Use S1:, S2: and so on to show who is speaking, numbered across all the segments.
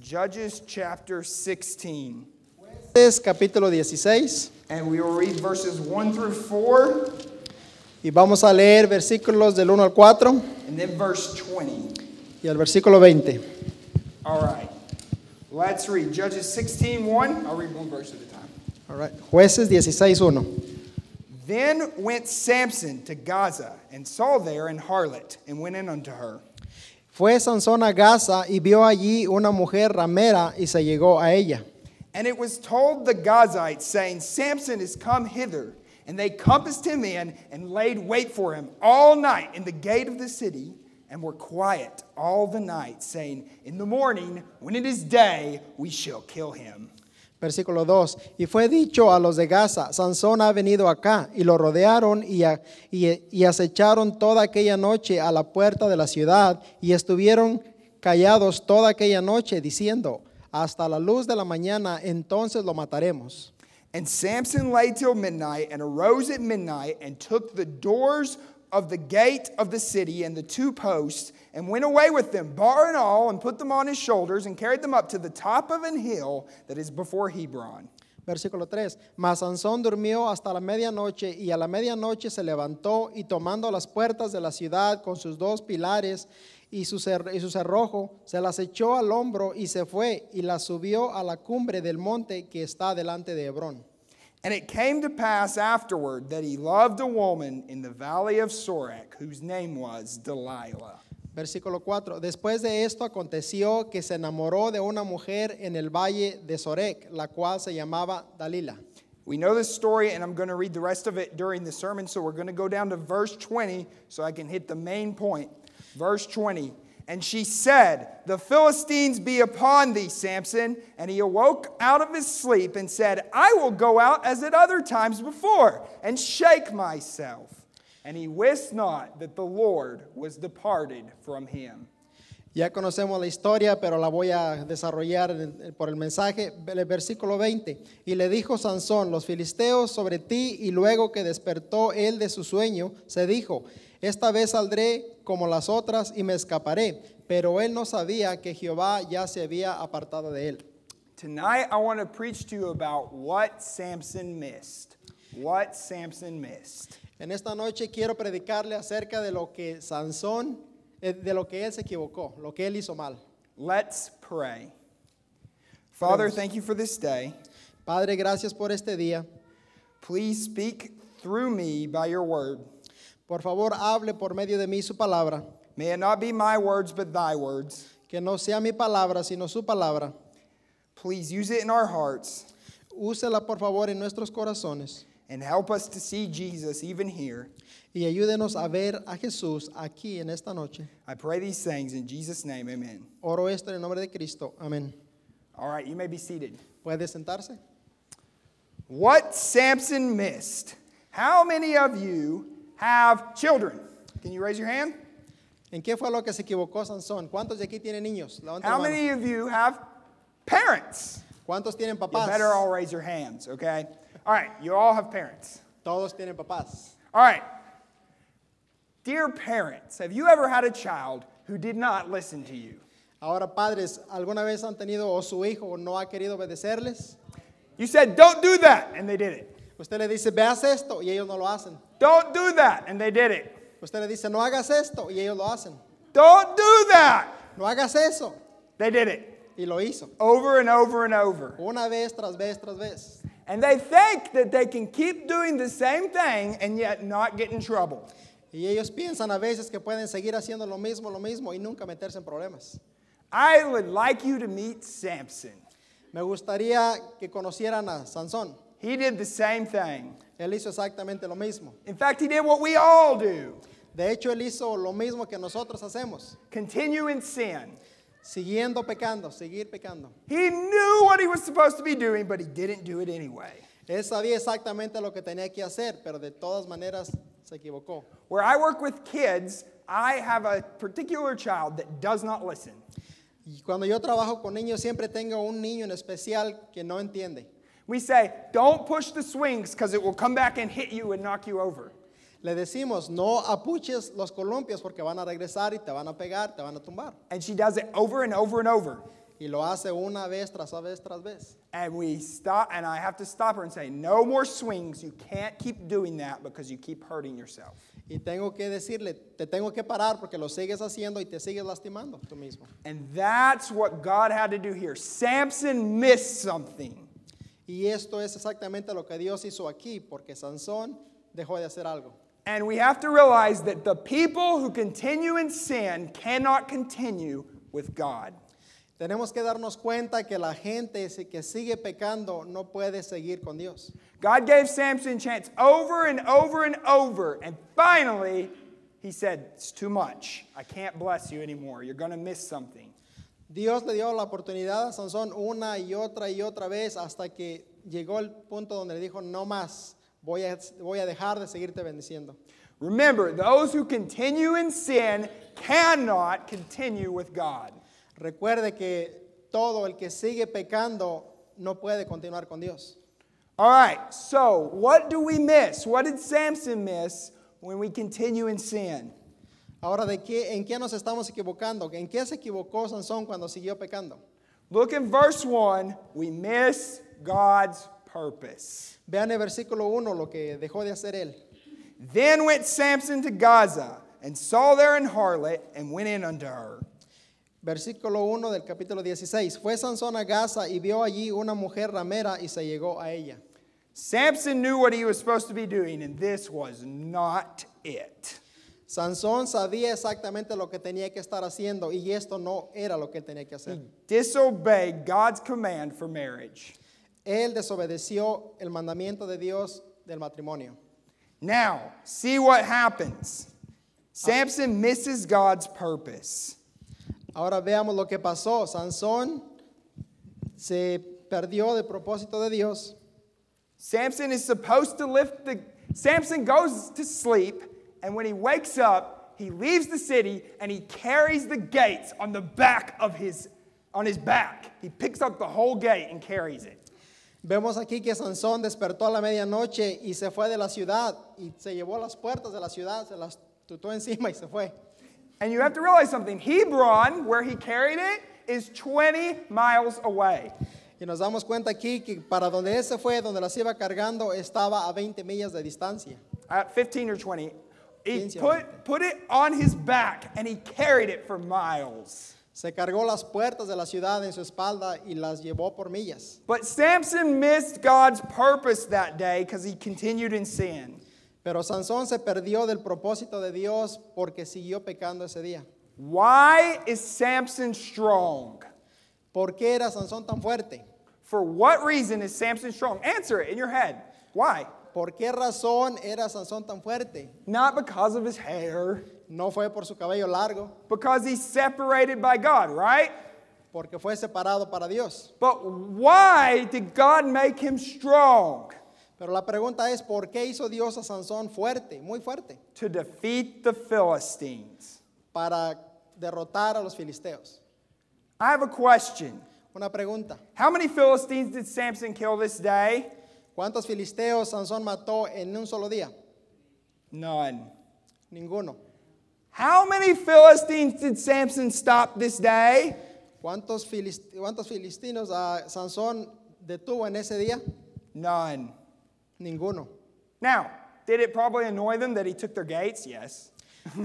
S1: Judges chapter 16.
S2: Jueces, capítulo 16
S1: And we will read verses 1 through 4
S2: y vamos a leer versículos del 1 al 4
S1: and then verse 20.
S2: y al versículo 20.
S1: All right. Let's read Judges 16 1. I'll read one verse at a time.
S2: All right. Jueces 16, 1.
S1: Then went Samson to Gaza and saw there an harlot and went in unto her.
S2: Fue Sansón a Gaza y vio allí una mujer ramera y se llegó a ella.
S1: And it was told the Gazites, saying, Samson is come hither. And they compassed him in and laid wait for him all night in the gate of the city, and were quiet all the night, saying, In the morning, when it is day, we shall kill him.
S2: Versículo 2. Y fue dicho a los de Gaza, Sansón ha venido acá. Y lo rodearon y, a- y- y acecharon toda aquella noche a la puerta de la ciudad. Y estuvieron callados toda aquella noche, diciendo, hasta la luz de la mañana, entonces lo mataremos.
S1: And Samson lay till midnight and arose at midnight and took the doors of the gate of the city and the two posts and went away with them, bar and all, and put them on his shoulders and carried them up to the top of an hill that is before Hebron.
S2: Versículo 3. Mas Sansón durmió hasta la medianoche y a la medianoche se levantó y tomando las puertas de la ciudad con sus dos pilares y su, cer- y su cerrojo, se las echó al hombro y se fue y las subió a la cumbre del monte que está delante de Hebrón.
S1: And it came to pass afterward that he loved a woman in the valley of Sorek, whose name was Delilah.
S2: Versículo 4. Después de esto aconteció que se enamoró de una mujer en el valle de Sorek, la cual se llamaba Dalila.
S1: We know this story, and I'm going to read the rest of it during the sermon. So we're going to go down to verse 20 so I can hit the main point. Verse 20. And she said, The Philistines be upon thee, Samson. And he awoke out of his sleep and said, I will go out as at other times before and shake myself. And he wist not that the Lord was departed from him.
S2: Ya conocemos la historia, pero la voy a desarrollar en el- por el mensaje. El versículo 20. Y le dijo Sansón, los filisteos sobre ti, y luego que despertó él de su sueño, se dijo, esta vez saldré como las otras y me escaparé. Pero él no sabía que Jehová ya se había apartado de él.
S1: Tonight, I want to preach to you about what Samson missed. What Samson missed.
S2: En esta noche quiero predicarle acerca de lo que Sansón, eh, de lo que él se equivocó, lo que él hizo mal.
S1: Let's pray. Father, thank you for this day.
S2: Padre, gracias por este día.
S1: Please speak through me by your word.
S2: Por favor, hable por medio de mí su palabra.
S1: May it not be my words, but thy words.
S2: Que no sea mi palabra, sino su palabra.
S1: Please use it in our hearts
S2: Úsela por favor en nuestros corazones
S1: and help us to see Jesus even here.
S2: y ayúdenos a ver a Jesús aquí en esta noche.
S1: I pray these things in Jesus' name. Amen.
S2: Oro esto en el nombre de Cristo. Amén.
S1: All right, you may be seated.
S2: ¿Puede sentarse?
S1: What Samson missed. How many of you have children? Can you raise your hand?
S2: ¿En qué fue lo que se equivocó Sansón? ¿Cuántos de aquí tienen niños? Levanten la
S1: How
S2: mano.
S1: many of you have parents?
S2: ¿Cuántos tienen
S1: You
S2: papás?
S1: better all raise your hands, okay? All right, you all have parents.
S2: Todos tienen papás.
S1: All right. Dear parents, have you ever had a child who did not listen to you?
S2: Ahora padres, ¿alguna vez han tenido o su hijo no ha querido obedecerles?
S1: You said, don't do that, and they did it.
S2: Usted le dice, ve haz esto y ellos no lo hacen.
S1: Don't do that, and they did it.
S2: Usted le dice, no hagas esto y ellos lo hacen.
S1: Don't do that.
S2: No hagas eso
S1: They did it
S2: y lo hizo.
S1: over and over and over.
S2: Una vez, tras vez, tras vez.
S1: And they think that they can keep doing the same thing and yet not get in trouble.
S2: Y ellos piensan a veces que pueden seguir haciendo lo mismo, lo mismo y nunca meterse en problemas.
S1: I would like you to meet Samson.
S2: Me gustaría que conocieran a Sansón.
S1: He did the same thing.
S2: Él hizo exactamente lo mismo.
S1: In fact, he did what we all do
S2: De hecho, él hizo lo mismo que nosotros hacemos,
S1: continue in sin.
S2: siguiendo pecando, seguir pecando.
S1: He knew what he was supposed to be doing, but he didn't do it anyway.
S2: Él sabía exactamente lo que tenía que hacer, pero de todas maneras se equivocó.
S1: Where I work with kids, I have a particular child that does not listen.
S2: Y cuando yo trabajo con niños, siempre tengo un niño en especial que no entiende.
S1: We say, don't push the swings because it will come back and hit you and knock you over.
S2: Le decimos, no apuches los columpios porque van a regresar y te van a pegar, te van a tumbar.
S1: And she does it over and over and over.
S2: Y lo hace una vez tras vez tras vez.
S1: And we stop, and I have to stop her and say, No more swings. You can't keep doing that because you keep hurting yourself.
S2: Y tengo que decirle, te tengo que parar porque lo sigues haciendo y te sigues lastimando tú mismo.
S1: And that's what God had to do here. Samson missed something.
S2: Y esto es exactamente lo que Dios hizo aquí, porque Sansón dejó de hacer algo.
S1: And we have to realize that the people who continue in sin cannot continue with God.
S2: Tenemos que darnos cuenta que la gente si- que sigue pecando no puede seguir con Dios.
S1: God gave Samson a chance over and over and over. And finally, he said, It's too much. I can't bless you anymore. You're going to miss something.
S2: Dios le dio la oportunidad a Sansón una y otra y otra vez hasta que llegó el punto donde le dijo, no más, voy a, voy a dejar de seguirte bendiciendo.
S1: Remember, those who continue in sin cannot continue with God.
S2: Recuerde que todo el que sigue pecando no puede continuar con Dios.
S1: All right, so what do we miss? What did Samson miss when we continue in sin?
S2: Ahora, ¿de qué, ¿en qué nos estamos equivocando? ¿En qué se equivocó Sansón cuando siguió pecando?
S1: Look in verse 1. We miss God's purpose.
S2: Vean el versículo 1, lo que dejó de hacer él.
S1: Then went Samson to Gaza and saw there an harlot and went in unto her.
S2: Versículo 1 del capítulo 16. Fue Sansón a Gaza y vio allí una mujer ramera y se llegó a ella.
S1: Samson knew what he was supposed to be doing, and this was not it.
S2: Sansón sabía exactamente lo que tenía que estar haciendo y esto no era lo que él tenía que hacer.
S1: Mm. Disobeyed God's command for marriage.
S2: Él desobedeció el mandamiento de Dios del matrimonio.
S1: Now, see what happens. Samson misses God's purpose.
S2: Ahora veamos lo que pasó. Sansón se perdió del propósito de Dios.
S1: Samson is supposed to lift the. Samson goes to sleep, and when he wakes up, he leaves the city and he carries the gates on the back of his on his back. He picks up the whole gate and carries it.
S2: Vemos aquí que Sansón despertó a la medianoche y se fue de la ciudad y se llevó las puertas de la ciudad, se las tutó encima y se fue.
S1: And you have to realize something. Hebron, where he carried it, is 20 miles away.
S2: Y nos damos cuenta aquí que para donde él se fue, donde las iba cargando, estaba a 20 millas de distancia.
S1: Uh, 15 or 20. He
S2: Quince,
S1: put, put it on his back and he carried it for miles.
S2: Se cargó las puertas de la ciudad en su espalda y las llevó por millas.
S1: But Samson missed God's purpose that day because he continued in sin.
S2: Pero Sansón se perdió del propósito de Dios porque siguió pecando ese día.
S1: Why is Samson strong?
S2: ¿Por qué era Sansón tan fuerte?
S1: For what reason is Samson strong? Answer it in your head. Why?
S2: ¿Por qué razón era Sansón tan fuerte?
S1: Not because of his hair,
S2: No fue por su cabello largo,
S1: because he's separated by God, right?
S2: porque fue separado para Dios.
S1: But why did God make him strong?
S2: Pero la pregunta es, ¿por qué hizo Dios a Sansón fuerte, muy fuerte?
S1: To defeat the Philistines.
S2: Para derrotar a los filisteos.
S1: I have a question.
S2: Una pregunta.
S1: How many Philistines did Samson kill this day?
S2: ¿Cuántos filisteos Sansón mató en un solo día?
S1: None.
S2: Ninguno.
S1: How many Philistines did Samson stop this day?
S2: ¿Cuántos, filis- cuántos filistinos a Sansón detuvo en ese día?
S1: None.
S2: Ninguno.
S1: Now, did it probably annoy them that he took their gates? Yes.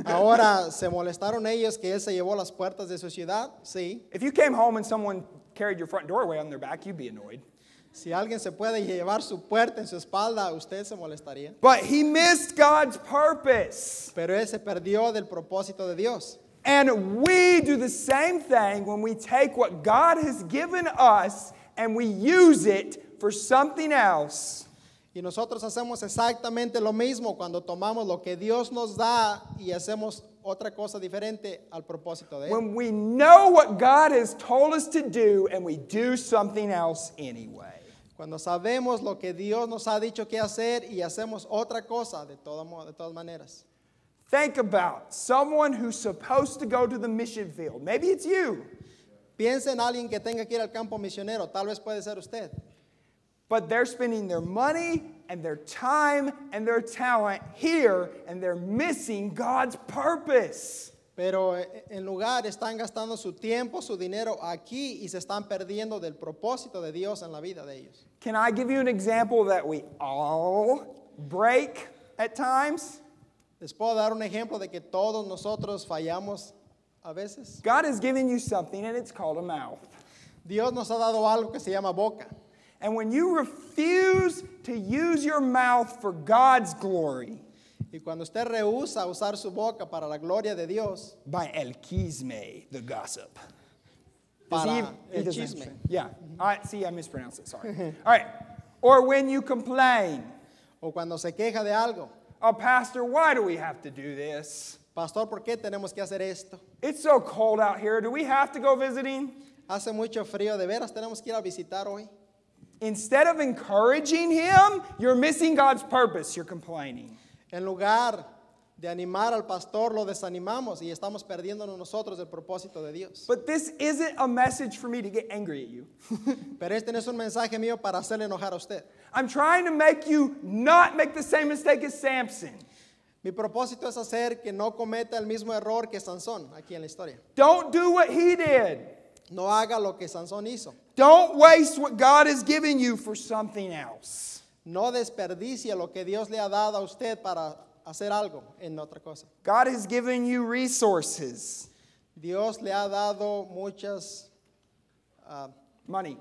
S2: Ahora se molestaron ellos que él se llevó las puertas de su ciudad. Sí.
S1: If you came home and someone carried your front doorway on their back, you'd be annoyed.
S2: Si alguien se puede llevar su puerta en su espalda, usted se molestaría.
S1: But he missed God's purpose.
S2: Pero él se perdió del propósito de Dios.
S1: And we do the same thing when we take what God has given us and we use it for something else.
S2: Y nosotros hacemos exactamente lo mismo cuando tomamos lo que Dios nos da y hacemos otra cosa diferente al propósito de Él.
S1: When we know what God has told us to do and we do something else anyway.
S2: Cuando sabemos lo que Dios nos ha dicho que hacer y hacemos otra cosa de, todo mo- de todas maneras.
S1: Think about someone who's supposed to go to the mission field. Maybe it's you,
S2: Piensa en alguien que tenga que ir al campo misionero, tal vez puede ser usted.
S1: but they're spending their money and their time and their talent here and they're missing God's purpose.
S2: Pero eh, en lugar están gastando su tiempo, su dinero aquí y se están perdiendo del propósito de Dios en la vida de ellos.
S1: Can I give you an example that we all break at times?
S2: Les puedo dar un ejemplo de que todos nosotros fallamos a veces.
S1: God has given you something and it's called a mouth.
S2: Dios nos ha dado algo que se llama boca.
S1: And when you refuse to use your mouth for God's glory,
S2: Y cuando usted rehúsa usar su boca para la gloria de Dios,
S1: by El Chisme, the gossip. Does he-
S2: para
S1: he
S2: el
S1: doesn't
S2: chisme,
S1: understand. Yeah. All right, see, I mispronounced it. Sorry. All right. Or when you complain,
S2: o cuando se queja de algo,
S1: oh, Pastor, why do we have to do this?
S2: pastor, ¿por qué tenemos que hacer esto?
S1: It's so cold out here. Do we have to go visiting?
S2: Hace mucho frío, de veras tenemos que ir a visitar hoy.
S1: Instead of encouraging him, you're missing God's purpose. You're complaining.
S2: En lugar de animar al pastor, lo desanimamos y estamos perdiéndonos nosotros del propósito de Dios.
S1: But this isn't a message for me to get angry at you.
S2: Pero este no es un mensaje mío para hacerle enojar a usted.
S1: I'm trying to make you not make the same mistake as Samson.
S2: Mi propósito es hacer que no cometa el mismo error que Sansón aquí en la historia.
S1: Don't do what he did.
S2: No haga lo que Sansón hizo.
S1: Don't waste what God has given you for something else.
S2: No desperdicia lo que Dios le ha dado a usted para hacer algo en otra cosa.
S1: God has given you resources,
S2: Dios le ha dado muchas, ah,
S1: money.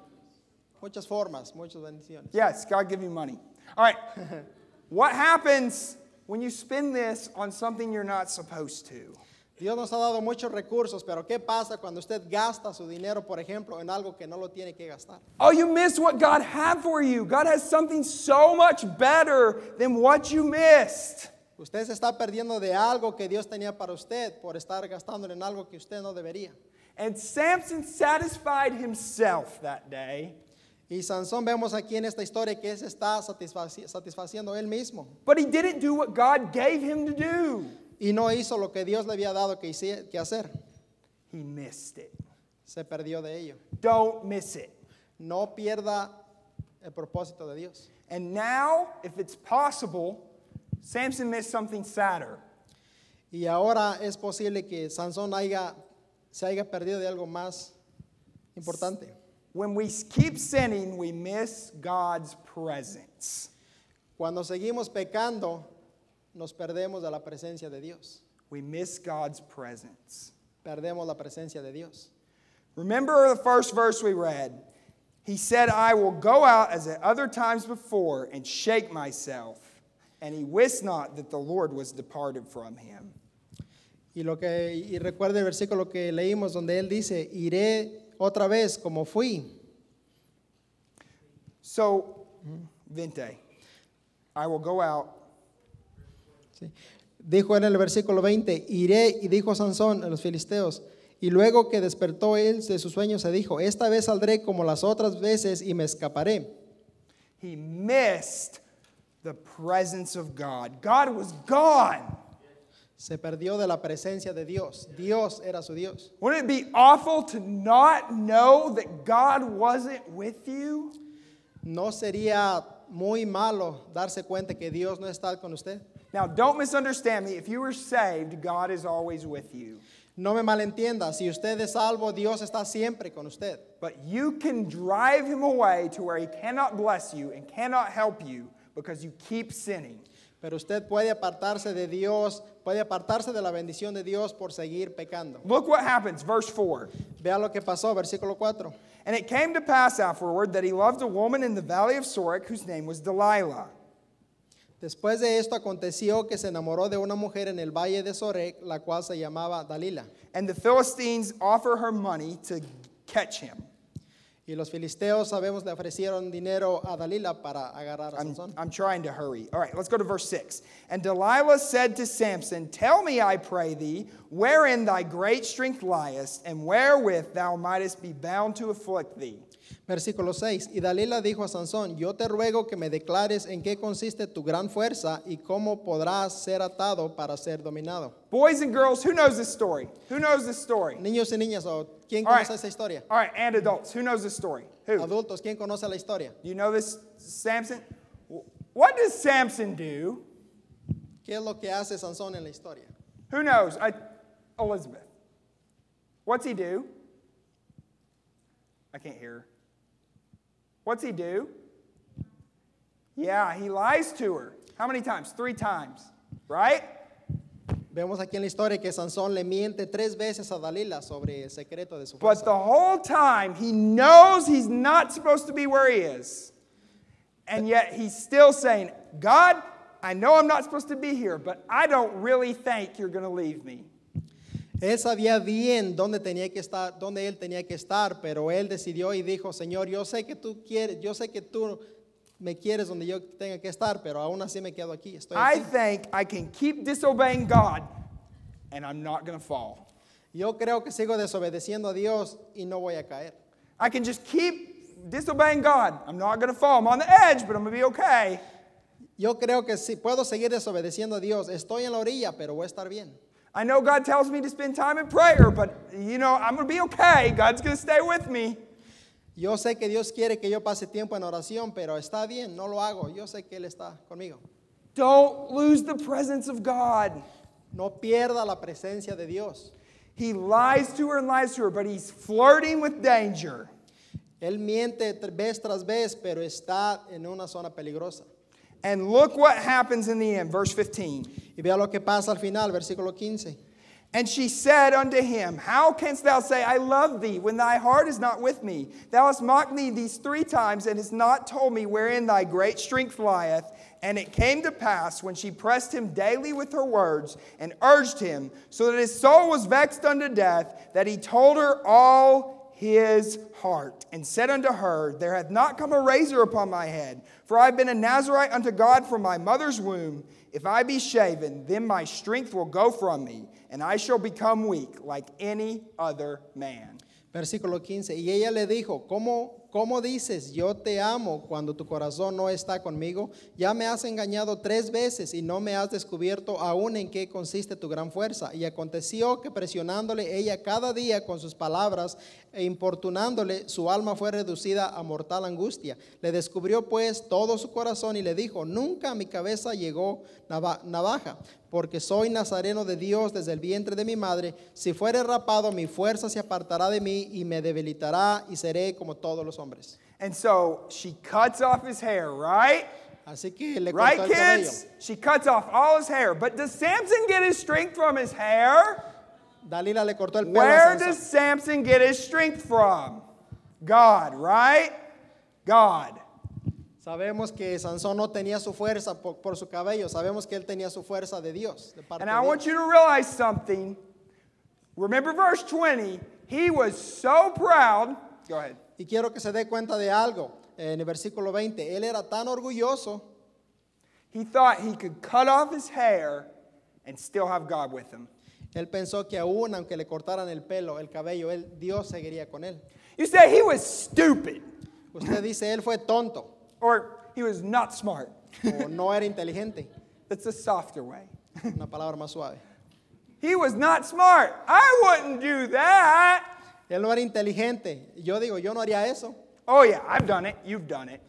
S2: muchas formas, muchas bendiciones.
S1: Yes, God give you money. All right. what happens when you spend this on something you're not supposed to?
S2: Dios nos ha dado muchos recursos, pero ¿qué pasa cuando usted gasta su dinero, por ejemplo, en algo que no lo tiene que gastar?
S1: Oh, you miss what God had for you. God has something so much better than what you missed.
S2: Usted se está perdiendo de algo que Dios tenía para usted por estar gastando en algo que usted no debería.
S1: And Samson satisfied himself that day,
S2: Y Sansón vemos aquí en esta historia que él se está satisfaci- satisfaciendo él mismo
S1: but he didn't do what God gave him to do.
S2: y no hizo lo que Dios le había dado que, hici- que hacer.
S1: He missed it.
S2: Se perdió de ello.
S1: Don't miss it.
S2: No pierda el propósito de Dios.
S1: And now, if it's possible, Samson missed something sadder.
S2: Y ahora es posible que Sansón haya, se haya perdido de algo más importante.
S1: When we keep sinning, we miss God's presence.
S2: Cuando seguimos pecando, nos perdemos de la presencia de Dios.
S1: We miss God's presence.
S2: Perdemos la presencia de Dios.
S1: Remember the first verse we read. He said, I will go out as at other times before and shake myself. And he wist not that the Lord was departed from him.
S2: Y, lo que, y recuerda el versículo que leímos donde él dice, iré otra vez como fui.
S1: So, mm, Vente, I will go out.
S2: Sí. Dijo en el versículo 20, iré y dijo Sansón a los filisteos. Y luego que despertó él de su sueño, se dijo, esta vez saldré como las otras veces y me escaparé.
S1: He missed the presence of God. God was gone.
S2: Se perdió de la presencia de Dios. Dios era su Dios.
S1: Wouldn't it be awful to not know that God wasn't with you?
S2: ¿No sería muy malo darse cuenta que Dios no está con usted?
S1: Now, don't misunderstand me. If you were saved, God is always with you.
S2: No me malentienda, si usted es salvo, Dios está siempre con usted.
S1: But you can drive him away to where he cannot bless you and cannot help you because you keep sinning.
S2: Pero usted puede apartarse de Dios, puede apartarse de la bendición de Dios por seguir pecando.
S1: Look what happens, verse 4.
S2: Vea lo que pasó, versículo 4.
S1: And it came to pass afterward that he loved a woman in the valley of Sorek whose name was Delilah.
S2: Después de esto aconteció que se enamoró de una mujer en el valle de Sorek, la cual se llamaba Dalila.
S1: And the Philistines offer her money to catch him.
S2: Y los filisteos, sabemos, le ofrecieron dinero a Dalila para agarrar a
S1: I'm,
S2: Sansón.
S1: I'm trying to hurry. All right, let's go to verse 6. And Delilah said to Samson, Tell me, I pray thee, wherein thy great strength liest, and wherewith thou mightest be bound to afflict thee.
S2: Versículo 6. Y Dalila dijo a Sansón, yo te ruego que me declares en qué consiste tu gran fuerza y cómo podrás ser atado para ser dominado.
S1: Boys and girls, who knows this story? Who knows this story?
S2: Niños y niñas, ¿o ¿quién
S1: All
S2: conoce
S1: right.
S2: esa historia?
S1: All right, and adults, who knows this story? Who?
S2: Adultos, ¿quién conoce la historia?
S1: You know this, Samson? What does Samson do?
S2: ¿Qué es lo que hace Sansón en la historia?
S1: Who knows? I, Elizabeth. What's he do? I can't hear. her. What's he do? Yeah, he lies to her. How many times? Three times, right?
S2: Vemos aquí en la historia que Sansón le miente tres veces a Dalila sobre el secreto de su
S1: But
S2: fuerza.
S1: the whole time he knows he's not supposed to be where he is. And yet he's still saying, God, I know I'm not supposed to be here, but I don't really think you're going to leave me.
S2: Él sabía bien dónde tenía que estar, dónde él tenía que estar, pero él decidió y dijo, Señor, yo sé que tú quieres, yo sé que tú me quieres donde yo tenga que estar, pero aún así me quedo aquí. Estoy
S1: I
S2: aquí.
S1: think I can keep disobeying God and I'm not going to fall.
S2: Yo creo que sigo desobedeciendo a Dios y no voy a caer.
S1: I can just keep disobeying God. I'm not going to fall. I'm on the edge, but I'm going to be okay.
S2: Yo creo que si puedo seguir desobedeciendo a Dios, estoy en la orilla, pero voy a estar bien.
S1: I know God tells me to spend time in prayer, but you know, I'm going to be okay. God's going to stay with me.
S2: Yo sé que Dios quiere que yo pase tiempo en oración, pero está bien, no lo hago. Yo sé que Él está conmigo.
S1: Don't lose the presence of God.
S2: No pierda la presencia de Dios.
S1: He lies to her and lies to her, but he's flirting with danger.
S2: Él miente tr- vez tras vez, pero está en una zona peligrosa.
S1: And look what happens in the end, verse 15.
S2: Y vea lo que pasa al final, versículo 15.
S1: And she said unto him, How canst thou say, I love thee, when thy heart is not with me? Thou hast mocked me these three times, and hast not told me wherein thy great strength lieth. And it came to pass, when she pressed him daily with her words, and urged him, so that his soul was vexed unto death, that he told her all his heart, and said unto her, There hath not come a razor upon my head, for I have been a Nazarite unto God from my mother's womb. If I be shaven, then my strength will go from me, and I shall become weak like any other man.
S2: Versículo 15. Y ella le dijo, ¿cómo, ¿cómo dices yo te amo cuando tu corazón no está conmigo? Ya me has engañado tres veces y no me has descubierto aún en qué consiste tu gran fuerza. Y aconteció que presionándole ella cada día con sus palabras e importunándole, su alma fue reducida a mortal angustia. Le descubrió pues todo su corazón y le dijo, nunca a mi cabeza llegó nava- navaja, porque soy nazareno de Dios desde el vientre de mi madre. Si fuere rapado, mi fuerza se apartará de mí y me debilitará y seré como todos los hombres.
S1: And so she cuts off his hair, right?
S2: Así que le cortó
S1: Right,
S2: el cabello.
S1: kids? She cuts off all his hair. But does Samson get his strength from his hair?
S2: Dalila le cortó el pelo. a
S1: Where
S2: Sansón.
S1: does Samson get his strength from? God, right? God.
S2: Sabemos que Sansón no tenía su fuerza por, por su cabello. Sabemos que él tenía su fuerza de Dios. de parte
S1: And
S2: de
S1: I
S2: Dios.
S1: want you to realize something. Remember verse 20. He was so proud. Go ahead.
S2: Y quiero que se dé cuenta de algo. En el versículo 20, él era tan orgulloso
S1: He thought he could cut off his hair and still have God with him.
S2: Él pensó que aún aunque le cortaran el pelo, el cabello, él, Dios seguiría con él.
S1: You say he was stupid
S2: Usted dice, él fue tonto
S1: or he was not smart.
S2: o no era inteligente,
S1: That's a softer way.
S2: una palabra más suave.
S1: He was not smart. I wouldn't do that.
S2: Él no era inteligente. Yo digo, yo no haría eso.
S1: Oh, yeah, I've done it. You've done it.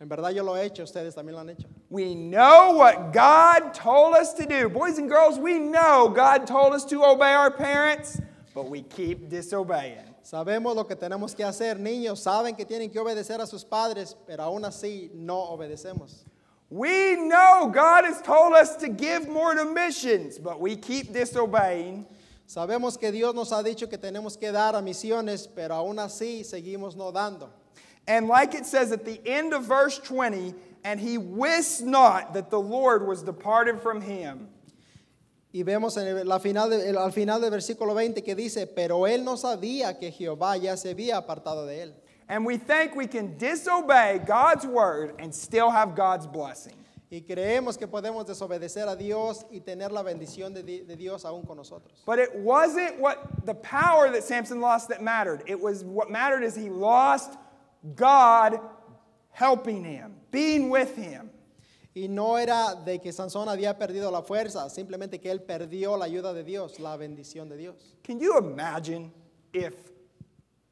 S2: En verdad yo lo he hecho, ustedes también lo han hecho.
S1: We know what God told us to do. Boys and girls, we know God told us to obey our parents, but we keep disobeying.
S2: Sabemos lo que tenemos que hacer. Niños saben que tienen que obedecer a sus padres, pero aún así no obedecemos.
S1: We know God has told us to give more to missions, but we keep disobeying.
S2: Sabemos que Dios nos ha dicho que tenemos que dar a misiones, pero aún así seguimos no dando.
S1: And like it says at the end of verse 20, and he wist not that the Lord was departed from him.
S2: Y vemos en el- la final de- el- al final del versículo 20 que dice, pero él no sabía que Jehová ya se había apartado de él.
S1: And we think we can disobey God's word and still have God's blessing.
S2: Y creemos que podemos desobedecer a Dios y tener la bendición de, di- de Dios aún con nosotros.
S1: But it wasn't what the power that Samson lost that mattered. It was what mattered is he lost God helping him, being with him.
S2: Y no era de que Sansón había perdido la fuerza, simplemente que él perdió la ayuda de Dios, la bendición de Dios.
S1: Can you imagine if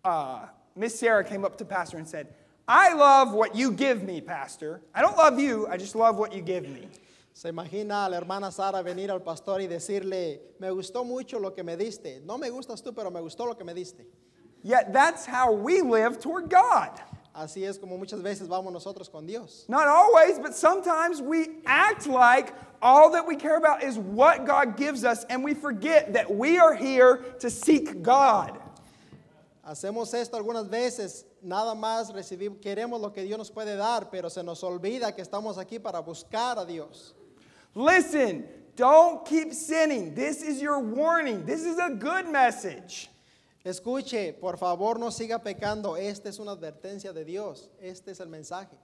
S1: uh, Miss Sarah came up to Pastor and said, I love what you give me, Pastor. I don't love you, I just love what you give me.
S2: Se imagina a la hermana Sara venir al pastor y decirle, me gustó mucho lo que me diste. No me gustas tú, pero me gustó lo que me diste.
S1: Yet that's how we live toward God.
S2: Así es como muchas veces vamos nosotros con Dios.
S1: Not always, but sometimes we act like all that we care about is what God gives us, and we forget that we are here to seek God.
S2: Hacemos esto algunas veces, nada más recibimos, queremos lo que Dios nos puede dar, pero se nos olvida que estamos aquí para buscar a Dios.
S1: Listen, don't keep sinning. This is your warning. This is a good message.
S2: Escuche, por favor, no siga pecando. Esta es una advertencia de Dios. Este es el mensaje.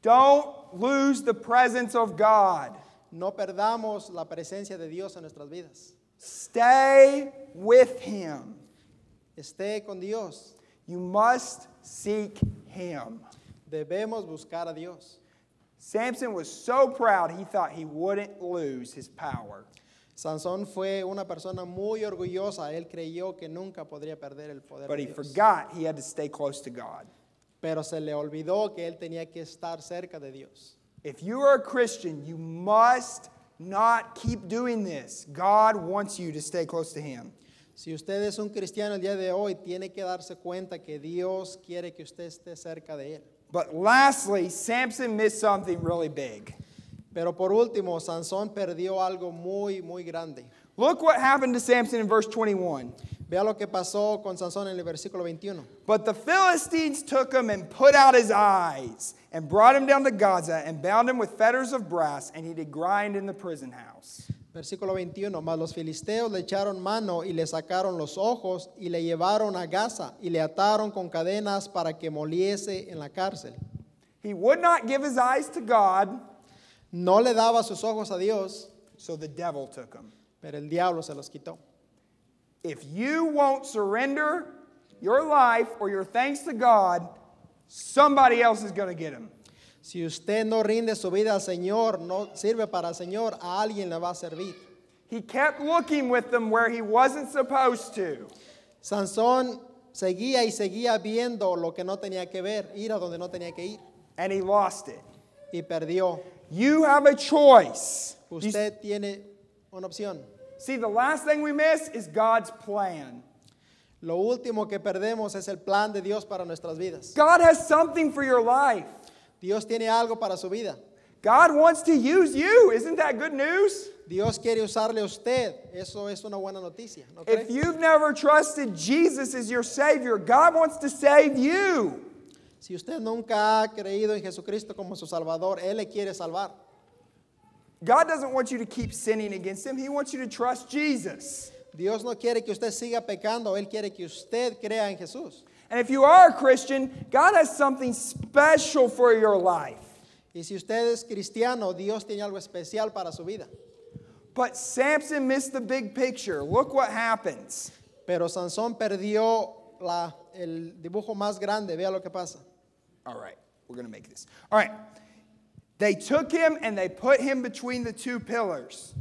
S1: Don't lose the presence of God.
S2: No perdamos la presencia de Dios en nuestras vidas.
S1: Stay with Him.
S2: Esté con Dios.
S1: You must seek Him.
S2: Debemos buscar a Dios.
S1: Samson was so proud he thought he wouldn't lose his power.
S2: Sansón fue una persona muy orgullosa. Él creyó que nunca podría perder el poder
S1: But
S2: de
S1: he
S2: Dios.
S1: forgot he had to stay close to God.
S2: Pero se le olvidó que él tenía que estar cerca de Dios.
S1: If you are a Christian, you must not keep doing this. God wants you to stay close to Him.
S2: Si usted es un cristiano el día de hoy, tiene que darse cuenta que Dios quiere que usted esté cerca de él.
S1: But lastly, Samson missed something really big.
S2: Pero por último, Sansón perdió algo muy, muy grande.
S1: Look what happened to Samson in verse 21.
S2: Vea lo que pasó con Sansón en el versículo 21.
S1: But the Philistines took him and put out his eyes and brought him down to Gaza and bound him with fetters of brass, and he did grind in the prison house.
S2: Versículo 21, mas los filisteos le echaron mano y le sacaron los ojos y le llevaron a Gaza y le ataron con cadenas para que moliese en la cárcel.
S1: He would not give his eyes to God,
S2: No le daba sus ojos a Dios,
S1: so the devil took him.
S2: pero el diablo se los quitó.
S1: If you won't surrender your life or your thanks to God, somebody else is going to get him.
S2: Si usted no rinde su vida al Señor, no sirve para el Señor, a alguien le va a servir.
S1: He kept looking with them where he wasn't supposed to.
S2: Sansón seguía y seguía viendo lo que no tenía que ver, ir a donde no tenía que ir
S1: and he lost it.
S2: y perdió.
S1: You have a choice. You s-
S2: Usted tiene una opción.
S1: see, the last thing we miss is God's plan.
S2: Lo último que perdemos es el plan de Dios para nuestras vidas.
S1: God has something for your life.
S2: Dios tiene algo para su vida.
S1: God wants to use you. Isn't that good news?
S2: Dios quiere usarle a usted. Eso es una buena noticia. ¿no cree?
S1: If you've never trusted Jesus as your Savior, God wants to save you.
S2: si usted nunca ha creído en Jesucristo como su Salvador, Él le quiere salvar.
S1: God doesn't want you to keep sinning against Him, He wants you to trust Jesus.
S2: Dios no quiere que usted siga pecando. Él quiere que usted crea en Jesús.
S1: And if you are a Christian, God has something special for your life.
S2: Y si usted es cristiano, Dios tiene algo especial para su vida.
S1: But Samson missed the big picture. Look what happens.
S2: Pero Sansón perdió la- el dibujo más grande. Vea lo que pasa.
S1: All right, we're going to make this. All right. They took him and they put him between the two pillars.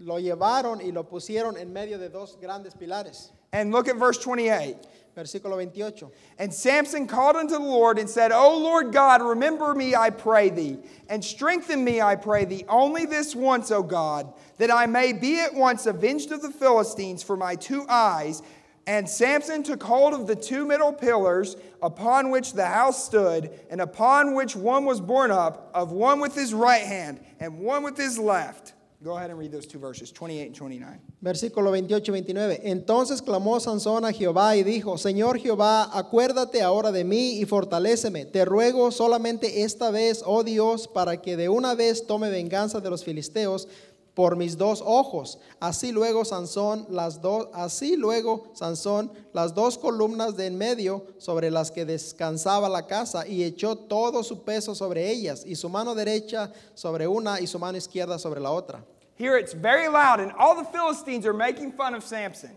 S2: Lo llevaron y lo pusieron en medio de dos grandes pilares.
S1: And look at verse 28.
S2: Versículo 28.
S1: And Samson called unto the Lord and said, O Lord God, remember me, I pray thee, and strengthen me, I pray thee, only this once, O God, that I may be at once avenged of the Philistines for my two eyes. And Samson took hold of the two middle pillars upon which the house stood, and upon which one was borne up, of one with his right hand and one with his left. Go ahead and read those two verses, 28 and 29.
S2: Versículo 28 y 29. Entonces clamó Sansón a Jehová y dijo, Señor Jehová, acuérdate ahora de mí y fortaléceme. Te ruego solamente esta vez, oh Dios, para que de una vez tome venganza de los filisteos por mis dos ojos. Así luego Sansón, las dos, así luego Sansón, las dos columnas de en medio sobre las que descansaba la casa y echó todo su peso sobre ellas y su mano derecha sobre una y su mano izquierda sobre la otra.
S1: Here it's very loud, and all the Philistines are making fun of Samson.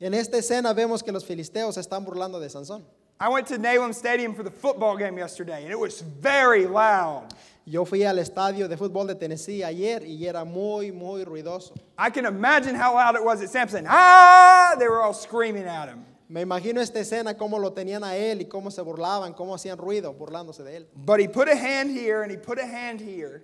S2: En esta escena vemos que los filisteos se están burlando de Sansón.
S1: I went to Neyland Stadium for the football game yesterday, and it was very loud.
S2: Yo fui al estadio de fútbol de Tennessee ayer y era muy, muy ruidoso.
S1: I can imagine how loud it was at Samson. Ah! They were all screaming at him.
S2: Me imagino esta escena, cómo lo tenían a él y cómo se burlaban, cómo hacían ruido burlándose de él.
S1: But he put a hand here and he put a hand here,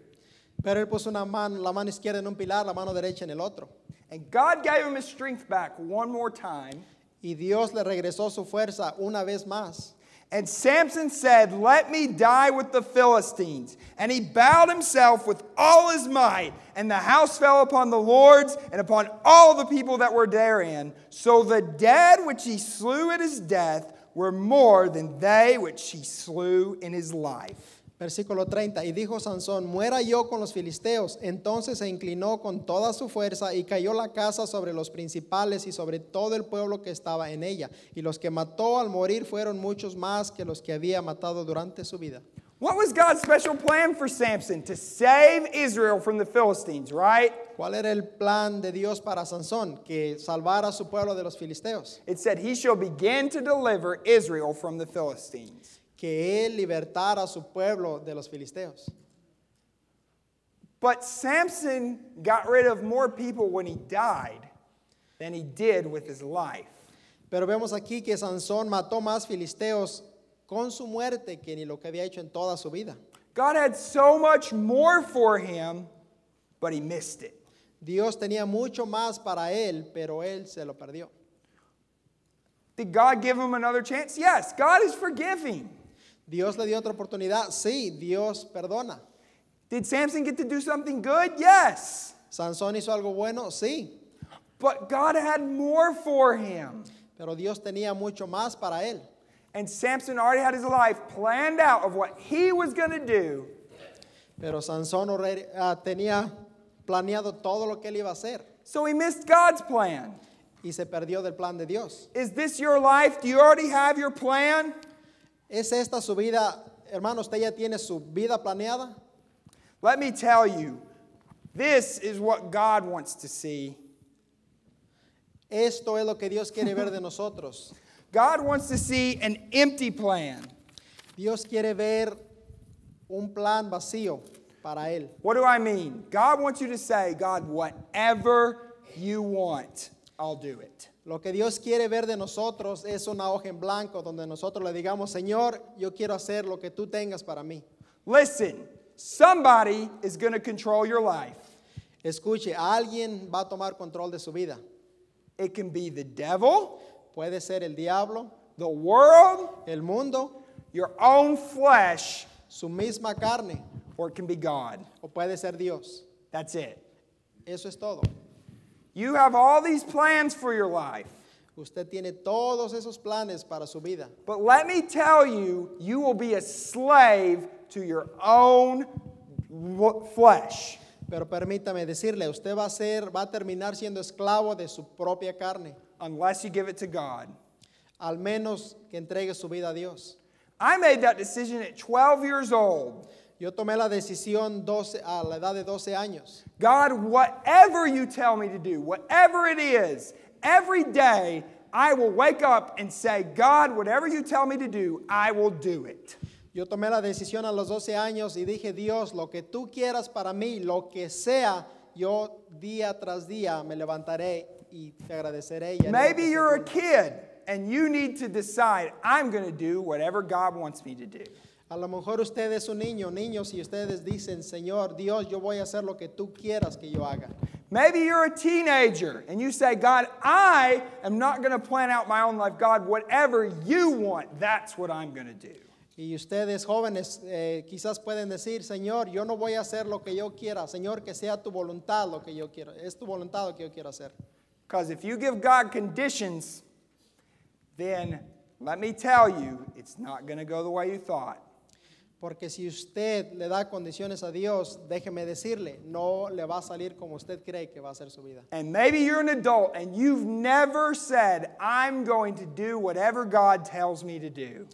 S2: Pero él puso una mano, la mano izquierda en un pilar, la mano derecha en el otro.
S1: And God gave him his strength back one more time.
S2: Y Dios le regresó su fuerza una vez más.
S1: And Samson said, Let me die with the Philistines. And he bowed himself with all his might, and the house fell upon the Lord's and upon all the people that were therein. So the dead which he slew at his death were more than they which he slew in his life.
S2: Versículo 30. Y dijo Sansón, muera yo con los filisteos. Entonces se inclinó con toda su fuerza y cayó la casa sobre los principales y sobre todo el pueblo que estaba en ella. Y los que mató al morir fueron muchos más que los que había matado durante su vida.
S1: What was God's special plan for Samson? To save Israel from the Philistines, right?
S2: ¿Cuál era el plan de Dios para Sansón? Que salvara a su pueblo de los filisteos.
S1: It said, He shall begin to deliver Israel from the Philistines.
S2: Que él libertara a su pueblo de los filisteos.
S1: But Samson got rid of more people when he died than he did with his life.
S2: Pero vemos aquí que Sansón mató más filisteos con su muerte que ni lo que había hecho en toda su vida.
S1: God had so much more for him, but he missed it.
S2: Dios tenía mucho más para él, pero él se lo perdió.
S1: Did God give him another chance? Yes, God is forgiving.
S2: Dios le dio otra oportunidad. Sí, Dios perdona.
S1: Did Samson get to do something good? Yes.
S2: Sansón hizo algo bueno, sí,
S1: But God had more for him.
S2: pero Dios tenía mucho más para él.
S1: And Samson already had his life planned out of what he was going to do,
S2: Pero Sansón orre- ah, tenía planeado todo lo que él iba a hacer
S1: so he missed God's plan.
S2: y se perdió del plan de Dios.
S1: Is this your life? Do you already have your plan?
S2: ¿Es esta su vida, hermano? ¿Usted ya tiene su vida planeada?
S1: Let me tell you, this is what God wants to see.
S2: Esto es lo que Dios quiere ver de nosotros.
S1: God wants to see an empty plan.
S2: Dios quiere ver un plan vacío para él.
S1: What do I mean? God wants you to say, God, whatever you want, I'll do it.
S2: Lo que Dios quiere ver de nosotros es una hoja en blanco donde nosotros le digamos, Señor, yo quiero hacer lo que tú tengas para mí.
S1: Listen, somebody is going to control your life.
S2: Escuche, alguien va a tomar control de su vida.
S1: It can be the devil,
S2: Puede ser el diablo,
S1: the world,
S2: el mundo,
S1: your own flesh,
S2: su misma carne,
S1: or it can be God.
S2: o puede ser Dios.
S1: That's it.
S2: Eso es todo.
S1: You have all these plans for your life.
S2: Usted tiene todos esos planes para su vida.
S1: But let me tell you, you will be a slave to your own w- flesh.
S2: Pero permítame decirle, usted va a ser, va a terminar siendo esclavo de su propia carne,
S1: unless you give it to God.
S2: al menos que entregue su vida a Dios.
S1: I made that decision at 12 years old.
S2: Yo tomé la decisión 12 a la edad de 12 años.
S1: God, whatever you tell me to do, whatever it is, every day I will wake up and say, God, whatever you tell me to do, I will do it.
S2: Yo tomé la decisión a los 12 años y dije, Dios, lo que tú quieras para mí, lo que sea, yo día tras día me levantaré y te agradeceré. y haré lo
S1: Maybe
S2: que
S1: you're
S2: tú-
S1: a kid and you need to decide, I'm going to do whatever God wants me to do.
S2: A lo mejor usted es un niño, niños, y ustedes dicen, Señor, Dios, yo voy a hacer lo que tú quieras que yo haga.
S1: Maybe you're a teenager and you say, God, I am not going to plan out my own life. God, whatever you want, that's what I'm going to do.
S2: Y ustedes jóvenes eh, quizás pueden decir, Señor, yo no voy a hacer lo que yo quiera, Señor, que sea tu voluntad lo que yo quiero, es tu voluntad lo que yo quiero hacer.
S1: Because if you give God conditions, then let me tell you, it's not going to go the way you thought.
S2: Porque si usted le da condiciones a Dios, déjeme decirle, no le va a salir como usted cree que va a ser su vida.
S1: And maybe you're an adult and you've never said, I'm going to do whatever God tells me to do.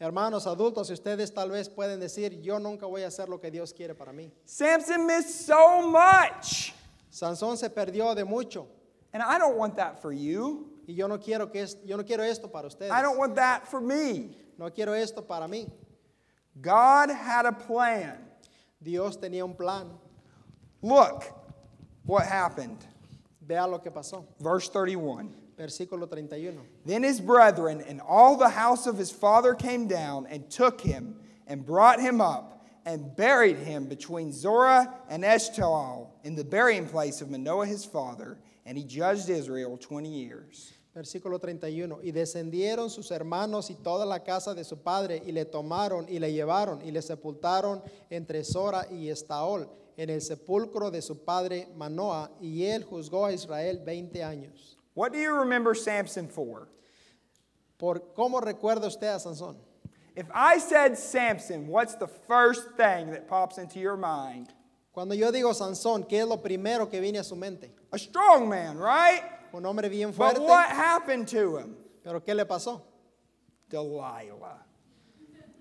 S2: Hermanos adultos, ustedes tal vez pueden decir, yo nunca voy a hacer lo que Dios quiere para mí.
S1: Samson missed so much.
S2: Sansón se perdió de mucho
S1: And I don't want that for you.
S2: y yo no quiero que es- yo no quiero esto para ustedes.
S1: I don't want that for me.
S2: No quiero esto para mí.
S1: God had a plan.
S2: Dios tenía un plan.
S1: Look what happened.
S2: Vea lo que pasó.
S1: Verse 31.
S2: Versículo 31.
S1: Then his brethren and all the house of his father came down and took him and brought him up and buried him between Zorah and Eshtaol in the burying place of Manoah his father, and he judged Israel 20 years.
S2: Versículo 31. Y descendieron sus hermanos y toda la casa de su padre, y le tomaron y le llevaron y le sepultaron entre Sora y Estaol, en el sepulcro de su padre Manoah, y él juzgó a Israel 20 años.
S1: What do you remember Samson for?
S2: ¿Por cómo recuerda usted a Sansón?
S1: If I said Samson, what's the first thing that pops into your mind?
S2: Cuando yo digo Sansón, ¿qué es lo primero que viene a su mente?
S1: A strong man, right?
S2: Un hombre bien
S1: But
S2: fuerte.
S1: what happened to him?
S2: Pero ¿qué le pasó?
S1: Delilah.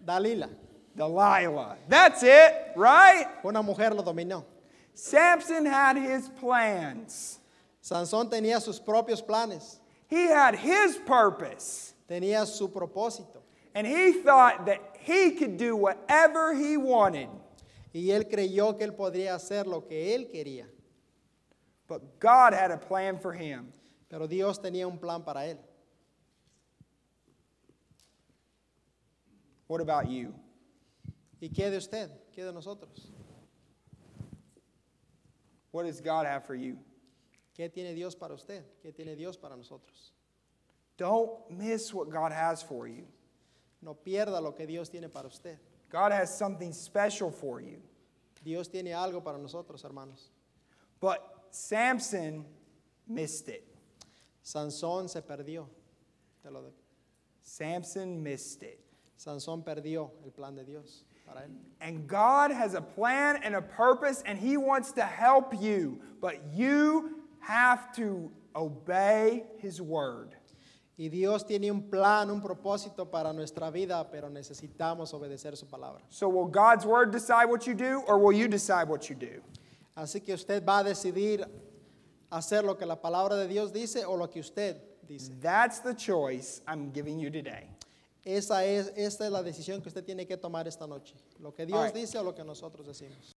S2: Dalila,
S1: Delilah. That's it, right?
S2: una mujer lo dominó.
S1: Samson had his plans.
S2: Sansón tenía sus propios planes,
S1: He had his purpose.
S2: tenía su propósito.
S1: And he thought that he could do whatever he wanted.
S2: Y él creyó que él podría hacer lo que él quería.
S1: But God had a plan for him.
S2: Pero Dios tenía un plan para él.
S1: What about you?
S2: ¿Y qué de usted? ¿Qué de nosotros?
S1: What does God have for you?
S2: ¿Qué tiene Dios para usted? ¿Qué tiene Dios para nosotros?
S1: Don't miss what God has for you.
S2: No pierda lo que Dios tiene para usted.
S1: God has something special for you.
S2: Dios tiene algo para nosotros, hermanos.
S1: But Samson missed it.
S2: Sansón se perdió. Te lo de-
S1: Samson missed it.
S2: Sansón perdió el plan de Dios para él.
S1: And God has a plan and a purpose, and He wants to help you, but you have to obey His word.
S2: Y Dios tiene un plan, un propósito para nuestra vida, pero necesitamos obedecer su palabra.
S1: So, will God's word decide what you do, or will you decide what you do?
S2: Así que usted va a decidir hacer lo que la palabra de Dios dice o lo que usted dice.
S1: That's the choice I'm giving you today.
S2: Esa es, esta es la decisión que usted tiene que tomar esta noche. Lo que
S1: All
S2: Dios
S1: right.
S2: dice o lo que nosotros decimos.